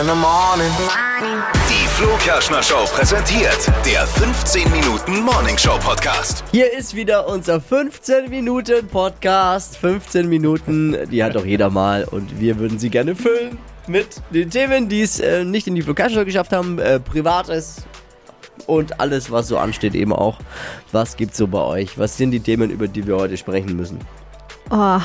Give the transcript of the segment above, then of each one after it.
in the morning. Die Flo Kerschner Show präsentiert der 15 Minuten Morning Show Podcast. Hier ist wieder unser 15 Minuten Podcast. 15 Minuten, die hat doch jeder mal und wir würden sie gerne füllen mit den Themen, die es äh, nicht in die Blockage geschafft haben, äh, privates und alles, was so ansteht eben auch. Was gibt's so bei euch? Was sind die Themen, über die wir heute sprechen müssen? Oh,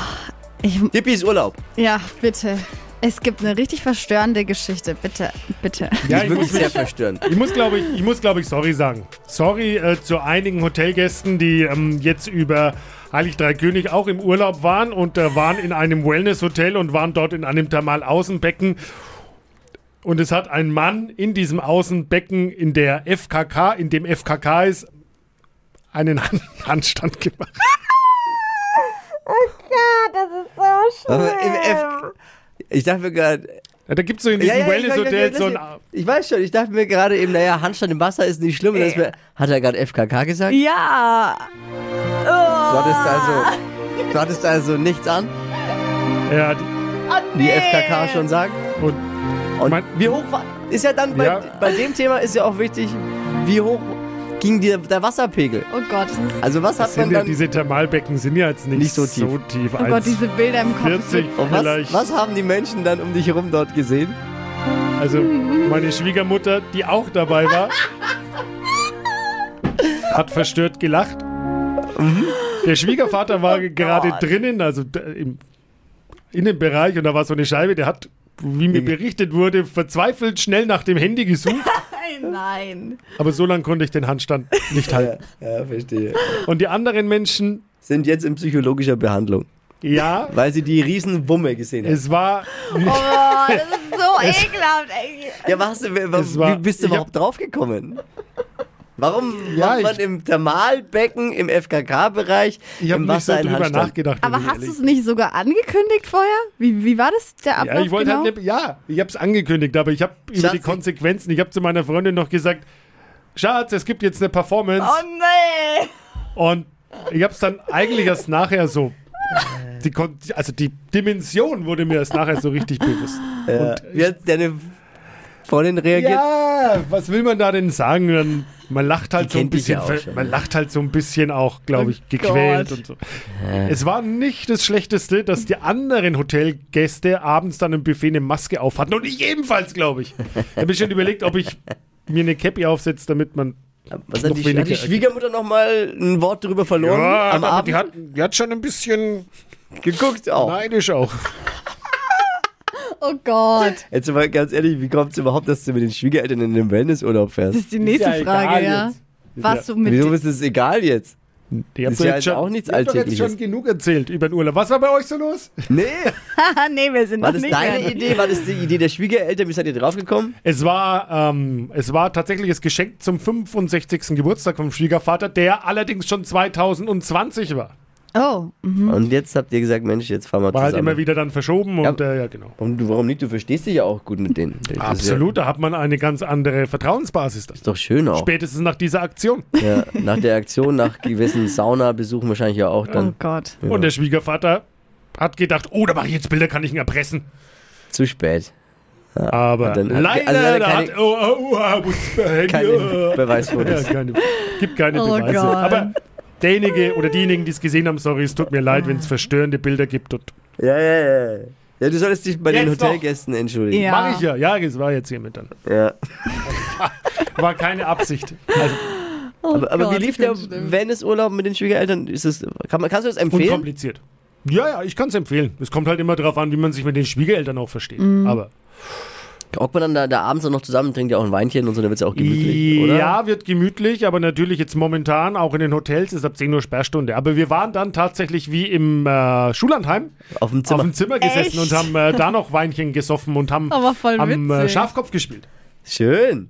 ich, Dippis Urlaub. ja, bitte. Es gibt eine richtig verstörende Geschichte. Bitte, bitte. Ja, Ja, ich ist wirklich muss, sehr mich, verstörend. ich muss glaube ich, ich muss, glaube ich, sorry sagen. Sorry äh, zu einigen Hotelgästen, die ähm, jetzt über Heilig Drei König auch im Urlaub waren und äh, waren in einem Wellness-Hotel und waren dort in einem Thermal-Außenbecken. Und es hat ein Mann in diesem Außenbecken in der FKK, in dem FKK ist, einen Han- Handstand gemacht. Aber im F ich dachte mir gerade, Ja, da gibt es so in diesem ich weiß, Wellness-Hotel ich, so weiß, ein. ich weiß schon, ich dachte mir gerade eben, naja, Handstand im Wasser ist nicht schlimm. Und dann ist Äh. mir, hat er gerade FKK gesagt? Ja. Du hattest Oh. also, du hattest also nichts an, Ja, wie FKK schon sagt. und Und Mein- wie hoch war, ist ja dann bei, Ja. bei dem Thema ist ja auch wichtig, wie hoch ging dir der Wasserpegel? Oh Gott. Oh Also was hat man sind ja, dann, diese Thermalbecken sind ja jetzt nicht, Nicht so tief. Oh So tief Gott, diese Bilder im Kopf. 40 und Oh, was, vielleicht. was haben die Menschen dann um dich herum dort gesehen? Also meine Schwiegermutter, die auch dabei war, hat verstört gelacht. Der Schwiegervater war Oh gerade drinnen, also d- im Innenbereich, und da war so eine Scheibe, der hat, wie mir berichtet wurde, verzweifelt schnell nach dem Handy gesucht. Nein, nein. Aber so lange konnte ich den Handstand nicht halten. Ja, verstehe. Und die anderen Menschen, Sind jetzt in psychologischer Behandlung, ja, weil sie die Riesenwumme gesehen haben. es war Oh, das ist so ekelhaft. ey. Ja, was, was, Es war- wie bist du ich hab- überhaupt draufgekommen? Warum Ja, macht man ich- im Thermalbecken, im FKK-Bereich, Ich habe im nicht so Wasser einen drüber Handstand? nachgedacht. wenn Aber ich hast ehrlich du es nicht sogar angekündigt vorher? Wie, wie war das der Ablauf Ja, ich wollte genau? halt, ne- ja, ich habe es angekündigt, aber ich habe über Schatz, die ich- Konsequenzen, ich habe zu meiner Freundin noch gesagt, Schatz, es gibt jetzt eine Performance Oh nee. und ich habe es dann eigentlich erst nachher so, die Kon also die Dimension wurde mir erst nachher so richtig bewusst. Ja. Wie hat deine Freundin reagiert? Ja, was will man da denn sagen? Dann, man lacht halt Die so ein kennt dich bisschen, ja auch ver- schon, man ja. Oh lacht halt so ein bisschen auch, glaube ich, gequält Gott. und so. Es war nicht das Schlechteste, dass die anderen Hotelgäste abends dann im Buffet eine Maske auf hatten und ich ebenfalls, glaube ich. Da habe ich schon überlegt, ob ich mir eine Cappy aufsetze, damit man. Was hat Noch die, weniger hat die erkannt. Schwiegermutter nochmal ein Wort drüber verloren am aber Abend die hat, Oh. die hat schon ein bisschen geguckt auch. neidisch auch. Oh Gott. Jetzt mal ganz ehrlich, wie kommt es überhaupt, dass du mit den Schwiegereltern in den Wellnessurlaub Das fährst? ist die nächste ja egal Frage, ja. jetzt. Warst du mit Wieso ist es egal jetzt? Die Ist ja jetzt auch nichts ihr habt doch jetzt Alltägliches. schon genug erzählt über den Urlaub. Was war bei euch so los? Nee, Haha, nee, wir sind war noch das nicht deine fertig. Idee? War das die Idee der Schwiegereltern? Wie seid ihr draufgekommen? Es war, ähm, es war tatsächlich das Geschenk zum 65. Geburtstag vom Schwiegervater, der allerdings schon 2020 war. Oh, mhm. Und jetzt habt ihr gesagt, Mensch, jetzt fahren wir War halt zusammen. Hm. immer wieder dann verschoben und Ja. ja, äh, ja genau. Und du, warum nicht? Du verstehst dich ja auch gut mit denen. Das ist Ja, Absolut, da hat man eine ganz andere Vertrauensbasis dann. ist doch schön auch. Spätestens nach dieser Aktion. Ja, nach der Aktion, nach gewissen Saunabesuchen wahrscheinlich ja auch oh dann Gott. Und der Schwiegervater hat gedacht, oh, da mache ich jetzt Bilder, kann ich ihn erpressen. zu spät. Aber dann hat- leider, also leider da keine- hat, oh, oh, oh, oh, Handy, Keine oh. ja, Beweisfotos. keine, gibt keine Oh Beweise. Gott. Aber derjenige oder diejenigen, die es gesehen haben, sorry, es tut mir leid, Ah. wenn es verstörende Bilder gibt und Ja, ja, ja. Ja, du solltest dich bei den Jetzt noch. Hotelgästen entschuldigen. Ja. Mach ich ja. Ja, es war jetzt hiermit dann. ja. War keine Absicht. Also Oh Aber, aber Gott, wie lief ich bin der schlimm. Wellnessurlaub mit den Schwiegereltern? Ist es, kann man, kannst du das empfehlen? unkompliziert. Ja, ja, ich kann es empfehlen. Es kommt halt immer darauf an, wie man sich mit den Schwiegereltern auch versteht. Mhm. Aber Hockt man dann da, da abends auch noch zusammen, trinkt ja auch ein Weinchen und so, dann wird es ja auch gemütlich, oder? ja, wird gemütlich, aber natürlich jetzt momentan auch in den Hotels ist ab 10 Uhr Sperrstunde. Aber wir waren dann tatsächlich wie im äh, Schullandheim Auf dem auf Zimmer. dem Zimmer Echt? gesessen und haben äh, da noch Weinchen gesoffen und haben Aber voll am äh, witzig. Schafkopf gespielt. Schön.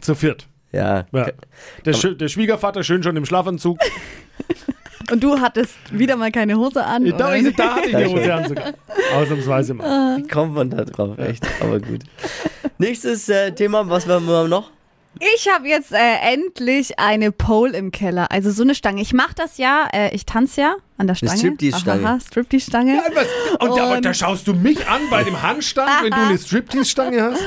Zu viert. Ja. Ja. Der, Schö- der Schwiegervater schön schon im Schlafanzug. Und du hattest wieder mal keine Hose an. da, oder? da hatte ich die Hose an sogar. Ausnahmsweise mal. Wie kommt man da drauf? Echt, aber gut. Nächstes äh, Thema, was haben wir noch? Ich habe jetzt äh, endlich eine Pole im Keller. Also so eine Stange. Ich mache das ja, äh, ich tanze ja an der Stange. Striptease-Stange. Aha, Striptease-Stange. Was? Und, aber Und- da schaust du mich an bei dem Handstand, wenn du eine Striptease-Stange hast?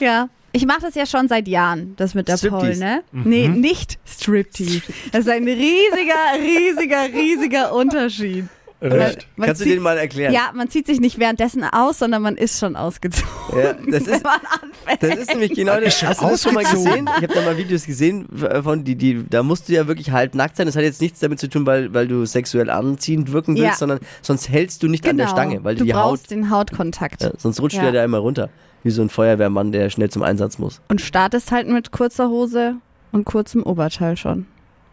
Ja. Ich mache das ja schon seit Jahren, das mit der Pole, Striptease. Mhm. ne? Nee, nicht Striptease. Das ist ein riesiger, riesiger, riesiger Unterschied. Echt? Man Kannst du zieht- den mal erklären? Ja, man zieht sich nicht währenddessen aus, sondern man ist schon ausgezogen. Ja, das wenn ist- man anfängt. Das ist nämlich genau das. Hast du das schon mal gesehen? Ich habe da mal Videos gesehen äh, von die, die, da musst du ja wirklich halb nackt sein. Das hat jetzt nichts damit zu tun, weil, weil du sexuell anziehend wirken willst, Ja. sondern sonst hältst du nicht an der Stange, weil du, Genau. du die Haut, brauchst den Hautkontakt. ja, sonst rutscht Ja. der da immer runter. Wie so ein Feuerwehrmann, der schnell zum Einsatz muss. Und startest halt mit kurzer Hose und kurzem Oberteil schon.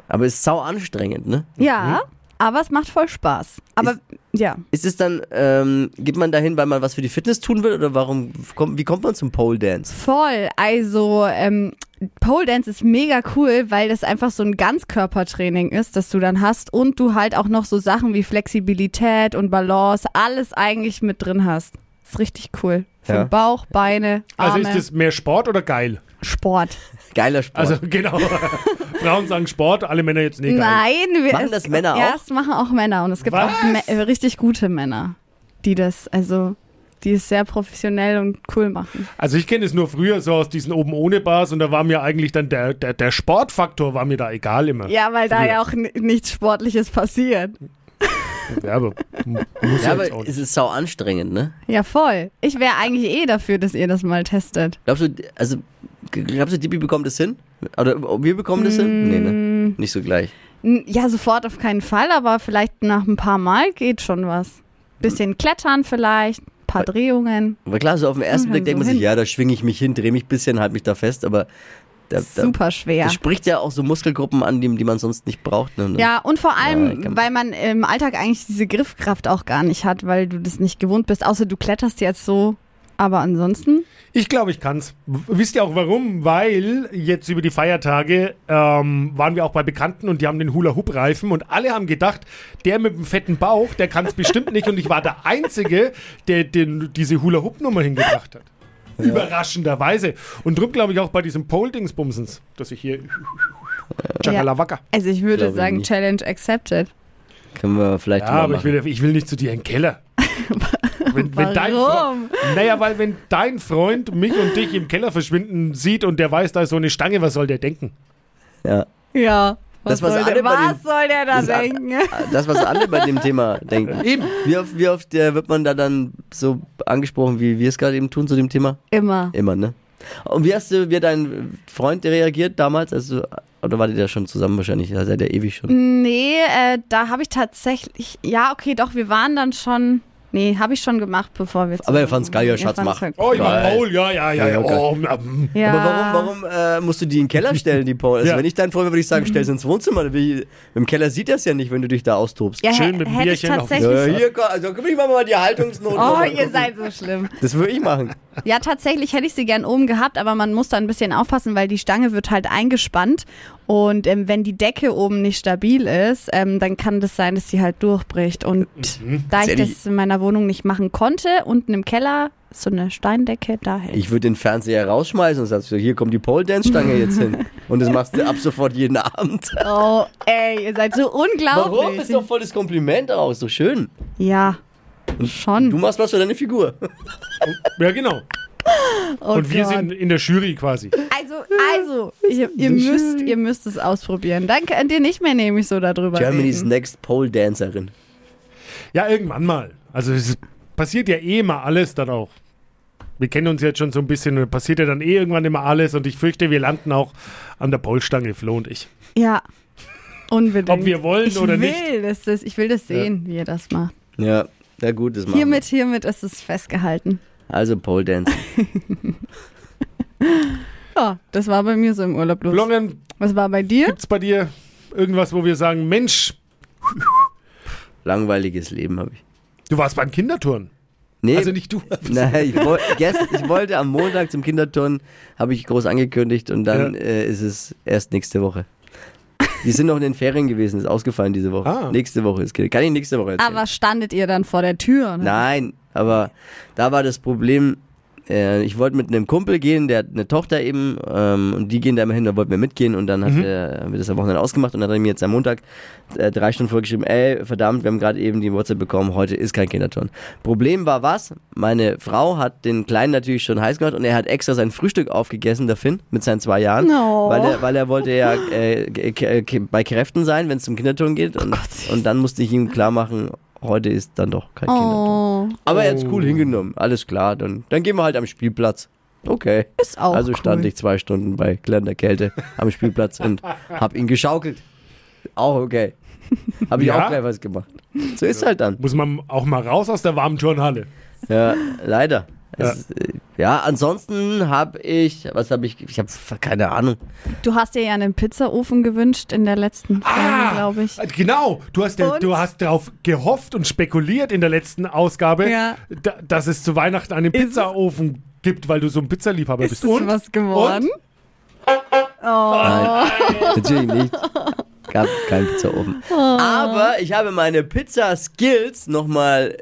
Aber ist sau anstrengend, ne? Ja, aber es macht voll Spaß. Aber ja, Ist es dann, ähm, geht man dahin, weil man was für die Fitness tun will oder warum, kommt, wie kommt man zum Pole Dance? voll. Also ähm, Pole Dance ist mega cool, weil das einfach so ein Ganzkörpertraining ist, das du dann hast und du halt auch noch so Sachen wie Flexibilität und Balance, alles eigentlich mit drin hast. Ist richtig cool. Für Ja. den Bauch, Beine, Arme, Also ist das mehr Sport oder geil? Sport. Geiler Sport. Also genau. Frauen sagen Sport, alle Männer jetzt nicht geil. Nein, wir Machen es- das Männer Ja, auch? das machen auch Männer und es gibt Was? auch mä- äh, richtig gute Männer, die das also die es sehr professionell und cool machen. Also ich kenne es nur früher so aus diesen oben ohne Bars und da war mir eigentlich dann der, der, der Sportfaktor war mir da egal immer. Ja, weil da Früher. ja auch n- nichts Sportliches passiert. Ja, aber m- muss ja, ja, aber jetzt auch es nicht. ist sau anstrengend, ne? Ja, voll. Ich wäre eigentlich eh dafür, dass ihr das mal testet. Glaubst du, also, g- glaubst du, Dibi bekommt es hin? Oder wir bekommen das hin? Nee, Mm. ne? Nicht so gleich. N- Ja, sofort auf keinen Fall, aber vielleicht nach ein paar Mal geht schon was. Bisschen klettern vielleicht, paar Äh, Drehungen. Aber klar, so auf den ersten Mhm, Blick denkt man so sich, hin. ja, da schwinge ich mich hin, drehe mich ein bisschen, halte mich da fest, aber da, da, Super schwer. das spricht ja auch so Muskelgruppen an, die, die man sonst nicht braucht. Ne? Und Ja, und vor Ja, ich allem, kann- weil man im Alltag eigentlich diese Griffkraft auch gar nicht hat, weil du das nicht gewohnt bist, außer du kletterst jetzt so. Aber ansonsten, Ich glaube, ich kann's. W- Wisst ihr auch warum? Weil jetzt über die Feiertage ähm, waren wir auch bei Bekannten und die haben den Hula-Hoop-Reifen und alle haben gedacht, der mit dem fetten Bauch, der kann's bestimmt nicht und ich war der Einzige, der den, diese Hula-Hoop-Nummer hingebracht hat. Überraschenderweise. Und drum glaube ich auch bei diesem Pole-Dingsbumsens, dass ich hier... Chakalawaka. also ich würde Glaube sagen, nie. Challenge accepted. Können wir vielleicht Ja, mal aber ich machen. will, ich will nicht zu dir in den Keller. Wenn, wenn dein Warum? Fre- naja, weil wenn dein Freund mich und dich im Keller verschwinden sieht und der weiß, da ist so eine Stange, was soll der denken? ja. Ja. Das, Was, was soll, alle der, bei was den- soll der da das a- denken? Das, was alle bei dem Thema denken. Eben. Wie oft, wie oft äh, wird man da dann so angesprochen, wie wir es gerade eben tun zu dem Thema? Immer. Immer, ne? Und wie hast du, wie hat dein Freund reagiert damals? Also, oder wart ihr da schon zusammen wahrscheinlich? Da seid ihr ewig schon. Nee, äh, da habe ich tatsächlich. Ja, okay, doch, wir waren dann schon. Nee, habe ich schon gemacht, bevor wir. Aber er zusammen fand's geil, ja, waren. Schatz, fand's mach. voll cool. Oh, ich war Geil. Maul, ja, ja, ja. ja Ja, oh, ähm, Ja. Aber warum, warum äh, musst du die in den Keller stellen, die Paul? Also Ja. wenn ich dein Freund wäre, würde ich sagen, stell's ins Wohnzimmer. Wie, Im Keller sieht das ja nicht, wenn du dich da austobst. Ja, Schön mit dem hätte ich Bierchen auf dem tatsächlich. Ja, hier, komm, also guck ich mal mal die Haltungsnot. Oh, nochmal ihr gucken. seid so schlimm. Das würde ich machen. Ja, tatsächlich hätte ich sie gern oben gehabt, aber man muss da ein bisschen aufpassen, weil die Stange wird halt eingespannt. Und ähm, wenn die Decke oben nicht stabil ist, ähm, dann kann das sein, dass sie halt durchbricht. Und Mhm. da ich Sally. das in meiner Wohnung nicht machen konnte, unten im Keller ist so eine Steindecke, da hält. Ich würde den Fernseher rausschmeißen und sagst, so, hier kommt die Pole-Dance-Stange jetzt hin. Und das machst du ab sofort jeden Abend. Oh, ey, ihr seid so Warum? unglaublich. Ist doch voll das Kompliment auch, so schön. Ja, Du schon. machst was für deine Figur. ja, genau. Oh und wir Gott. sind in der Jury quasi. Also, also, ihr, ihr, müsst, ihr müsst es ausprobieren. Dann könnt ihr nicht mehr nämlich so darüber Germany's reden. Next Pole-Dancerin. Ja, irgendwann mal. Also es passiert ja eh immer alles dann auch. Wir kennen uns jetzt schon so ein bisschen und passiert ja dann eh irgendwann immer alles und ich fürchte, wir landen auch an der Polstange, Flo und ich. Ja, unbedingt. Ob wir wollen ich oder will nicht. Das, das, ich will das sehen, wie ihr das macht. Ja, ja gut, das machen Hiermit, hiermit ist es festgehalten. wir. Also Pole-Dance. Ja, das war bei mir so im Urlaub los. Blongen, Was war bei dir? gibt's bei dir irgendwas, wo wir sagen, Mensch, Langweiliges Leben habe ich. du warst beim Kinderturnen. Nee, Also nicht du. Nein, ich, woll, gest, ich wollte am Montag zum Kinderturnen, habe ich groß angekündigt und dann Ja. äh, ist es erst nächste Woche. Die sind noch in den Ferien gewesen, ist ausgefallen diese Woche. Ah. Nächste Woche ist Kind- Kann ich nächste Woche erzählen? ne? Aber standet ihr dann vor der Tür? Ne? Nein, aber da war das Problem, äh, ich wollte mit einem Kumpel gehen, der hat eine Tochter eben, ähm, und die gehen da immer hin, da wollten wir mitgehen und dann hat er, haben wir das am Wochenende ausgemacht und dann hat er mir jetzt am Montag äh, drei Stunden vorgeschrieben, ey, verdammt, wir haben gerade eben die WhatsApp bekommen, heute ist kein Kinderturn. Problem war was? Meine Frau hat den Kleinen natürlich schon heiß gemacht und er hat extra sein Frühstück aufgegessen, der Finn, mit seinen zwei Jahren, No. weil, er, weil er wollte ja äh, k- k- k- bei Kräften sein, wenn es zum Kinderturn geht Oh und, und dann musste ich ihm klar machen, heute ist dann doch kein Kinderturn. Oh, Aber er hat's cool hingenommen. Alles klar, dann, dann gehen wir halt am Spielplatz. Okay. ist auch also cool. stand ich zwei Stunden bei klärender Kälte am Spielplatz und hab ihn geschaukelt. Auch okay. Hab ich Ja. auch gleich was gemacht. So ist halt dann. Muss man auch mal raus aus der warmen Turnhalle. Ja, leider. Es, äh, ja, ansonsten habe ich, was habe ich, ich habe keine Ahnung. Du hast dir ja einen Pizzaofen gewünscht in der letzten Ah! Folge, glaube ich. Genau, du hast, ja, Und? du hast darauf gehofft und spekuliert in der letzten Ausgabe, Ja. da, dass es zu Weihnachten einen Pizzaofen gibt, weil du so ein Pizzaliebhaber Ist bist. das und? was geworden? Nein, natürlich nicht. Gab kein Pizza oben. Aber ich habe meine Pizza-Skills nochmal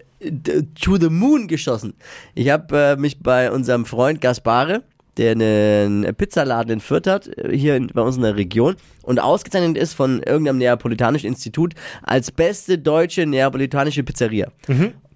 to the moon geschossen. Ich habe äh, mich bei unserem Freund Gaspare, der einen Pizzaladen in Fürth hat, äh, hier in, bei uns in der Region und ausgezeichnet ist von irgendeinem neapolitanischen Institut als beste deutsche neapolitanische Pizzeria.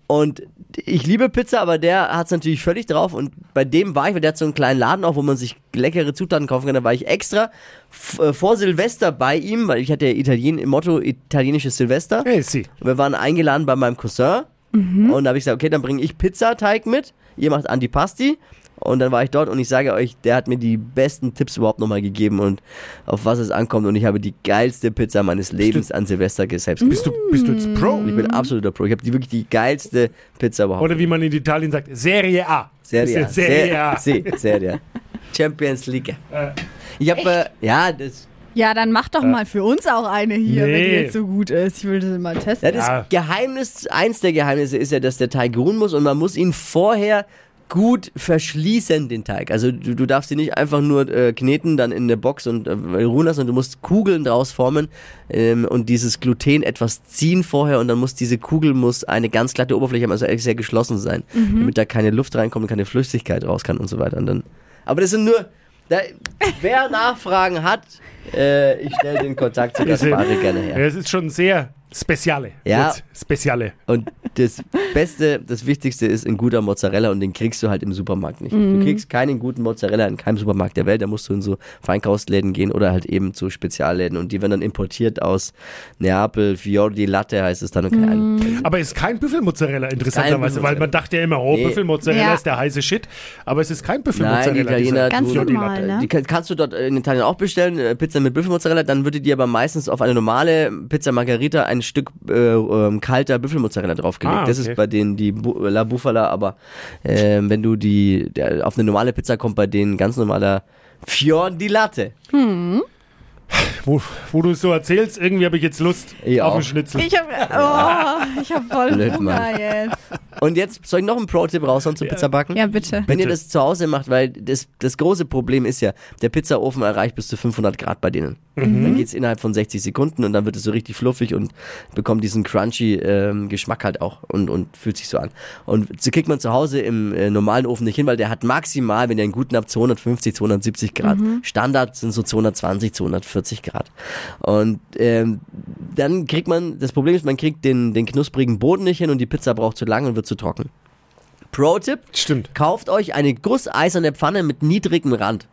Und ich liebe Pizza, aber der hat es natürlich völlig drauf. Und bei dem war ich, weil der hat so einen kleinen Laden auch, wo man sich leckere Zutaten kaufen kann. Da war ich extra f- äh, vor Silvester bei ihm, weil ich hatte ja Italien, im Motto italienisches Silvester. Hey, sie. Und wir waren eingeladen bei meinem Cousin. Und da habe ich gesagt, okay, dann bringe ich Pizzateig mit. Ihr macht Antipasti. Und dann war ich dort und ich sage euch, der hat mir die besten Tipps überhaupt nochmal gegeben und auf was es ankommt. Und ich habe die geilste Pizza meines Lebens an Silvester ge- selbst gemacht. Bist du, bist du jetzt Pro? Ich bin absoluter Pro. Ich habe die wirklich die geilste Pizza überhaupt. Oder wie man in Italien sagt, Serie A. Ist Serie ja A. Serie A. Se- Se- Serie A. Champions League. Ich habe, äh, ja, das, Ja, dann mach doch mal für uns auch eine hier, wenn die Nee. jetzt so gut ist. Ich will das mal ja, testen. das Ja. Geheimnis, eins der Geheimnisse ist ja, dass der Teig ruhen muss und man muss ihn vorher gut verschließen, den Teig. Also du, du darfst ihn nicht einfach nur äh, kneten, dann in eine Box und äh, ruhen lassen, sondern du musst Kugeln draus formen ähm, und dieses Gluten etwas ziehen vorher und dann muss diese Kugel muss eine ganz glatte Oberfläche haben, also sehr geschlossen sein, damit da keine Luft reinkommt und keine Flüssigkeit raus kann und so weiter. Und dann, aber das sind nur, da, wer Nachfragen hat, äh, ich stelle den Kontakt zu Es ist- Gaspari gerne her. Also, Es ist schon sehr speziale. Ja. Jetzt Speziale. Und das Beste, das Wichtigste ist ein guter Mozzarella und den kriegst du halt im Supermarkt nicht. Du kriegst keinen guten Mozzarella in keinem Supermarkt der Welt. Da musst du in so Feinkostläden gehen oder halt eben zu Spezialläden. Und die werden dann importiert aus Neapel, Fior di Latte heißt es dann. Und keine Ahnung. Aber es ist kein Büffelmozzarella, interessanterweise, weil Büffelmozzarella. man dachte ja immer, oh, Nee. Büffelmozzarella Ja. ist der heiße Shit. Aber es ist kein Nein, die Büffelmozzarella. Italiener Ganz tun- normal, ne? Die kann, kannst du dort in Italien auch bestellen, äh, Pizza mit Büffelmozzarella. Dann würde dir aber meistens auf eine normale Pizza Margherita ein Stück äh, ähm, kalter Büffelmozzarella draufgelegt. Ah, Das okay. ist bei denen die Bu La Bufala, aber ähm, wenn du die der, auf eine normale Pizza kommt, bei denen ganz normaler Fior di Latte. Wo, wo du es so erzählst, irgendwie habe ich jetzt Lust Ich auf auch. einen Schnitzel. Ich habe oh, ich hab voll Blöd, Hunger Mann. jetzt. Und jetzt soll ich noch einen Pro-Tipp raushauen zum Pizzabacken? Ja, bitte. Wenn ihr das zu Hause macht, weil das, das große Problem ist ja, der Pizzaofen erreicht bis zu 500 Grad bei denen. Dann geht's innerhalb von 60 Sekunden und dann wird es so richtig fluffig und bekommt diesen crunchy ähm, Geschmack halt auch und, und fühlt sich so an. Und so kriegt man zu Hause im äh, normalen Ofen nicht hin, weil der hat maximal, wenn ihr einen guten habt, 250, 270 Grad. Standard sind so 220, 240 Grad. Und ähm, dann kriegt man, das Problem ist, man kriegt den, den knusprigen Boden nicht hin und die Pizza braucht zu lang und wird zu trocken. Pro-Tipp, Stimmt. Kauft euch eine gusseiserne Pfanne mit niedrigem Rand.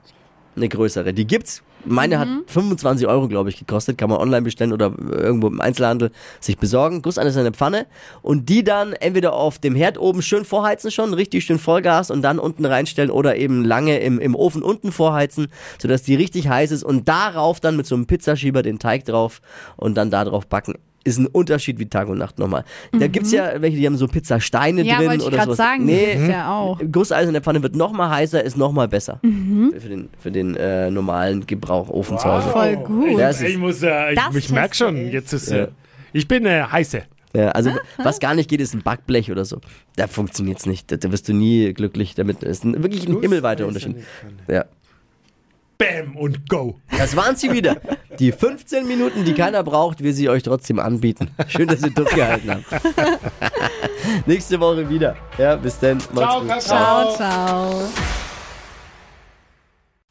Eine größere. Die gibt's. Meine Mhm. hat 25 Euro, glaube ich, gekostet. Kann man online bestellen oder irgendwo im Einzelhandel sich besorgen. Gusseiserne Pfanne. Und die dann entweder auf dem Herd oben schön vorheizen schon, richtig schön Vollgas und dann unten reinstellen oder eben lange im, im Ofen unten vorheizen, sodass die richtig heiß ist und darauf dann mit so einem Pizzaschieber den Teig drauf und dann da drauf backen. Ist ein Unterschied wie Tag und Nacht nochmal. Da gibt's ja welche, die haben so Pizzasteine Mhm. Ja, drin wollte ich oder gerade sowas. sagen, Mhm. nee, Mhm. das ist ja auch. Gusseisen in der Pfanne wird nochmal heißer, ist nochmal besser. Für- Für den, für den äh, normalen Gebrauch Ofen zu Hause. Voll gut. Das Ich, ist- ich muss, äh, ich, Das ich merke teste schon, ich. jetzt ist. Ja. Äh, ich bin äh, heiße. Ja, also was gar nicht geht, ist ein Backblech oder so. Da funktioniert's nicht. Da, da wirst du nie glücklich damit. Das ist ein, wirklich ein himmelweiter Unterschied. Ja. Bam und go. Das waren sie wieder. Die 15 Minuten, die keiner braucht, wir sie euch trotzdem anbieten. Schön, dass ihr durchgehalten habt. nächste Woche wieder. Ja, bis dann. Macht's Ciao, gut. Ciao, Kakao. ciao.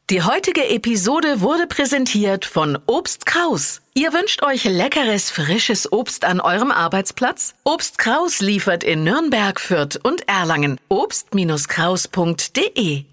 Die heutige Episode wurde präsentiert von Obst Kraus. Ihr wünscht euch leckeres, frisches Obst an eurem Arbeitsplatz? Obst Kraus liefert in Nürnberg, Fürth und Erlangen. Obst-Kraus.de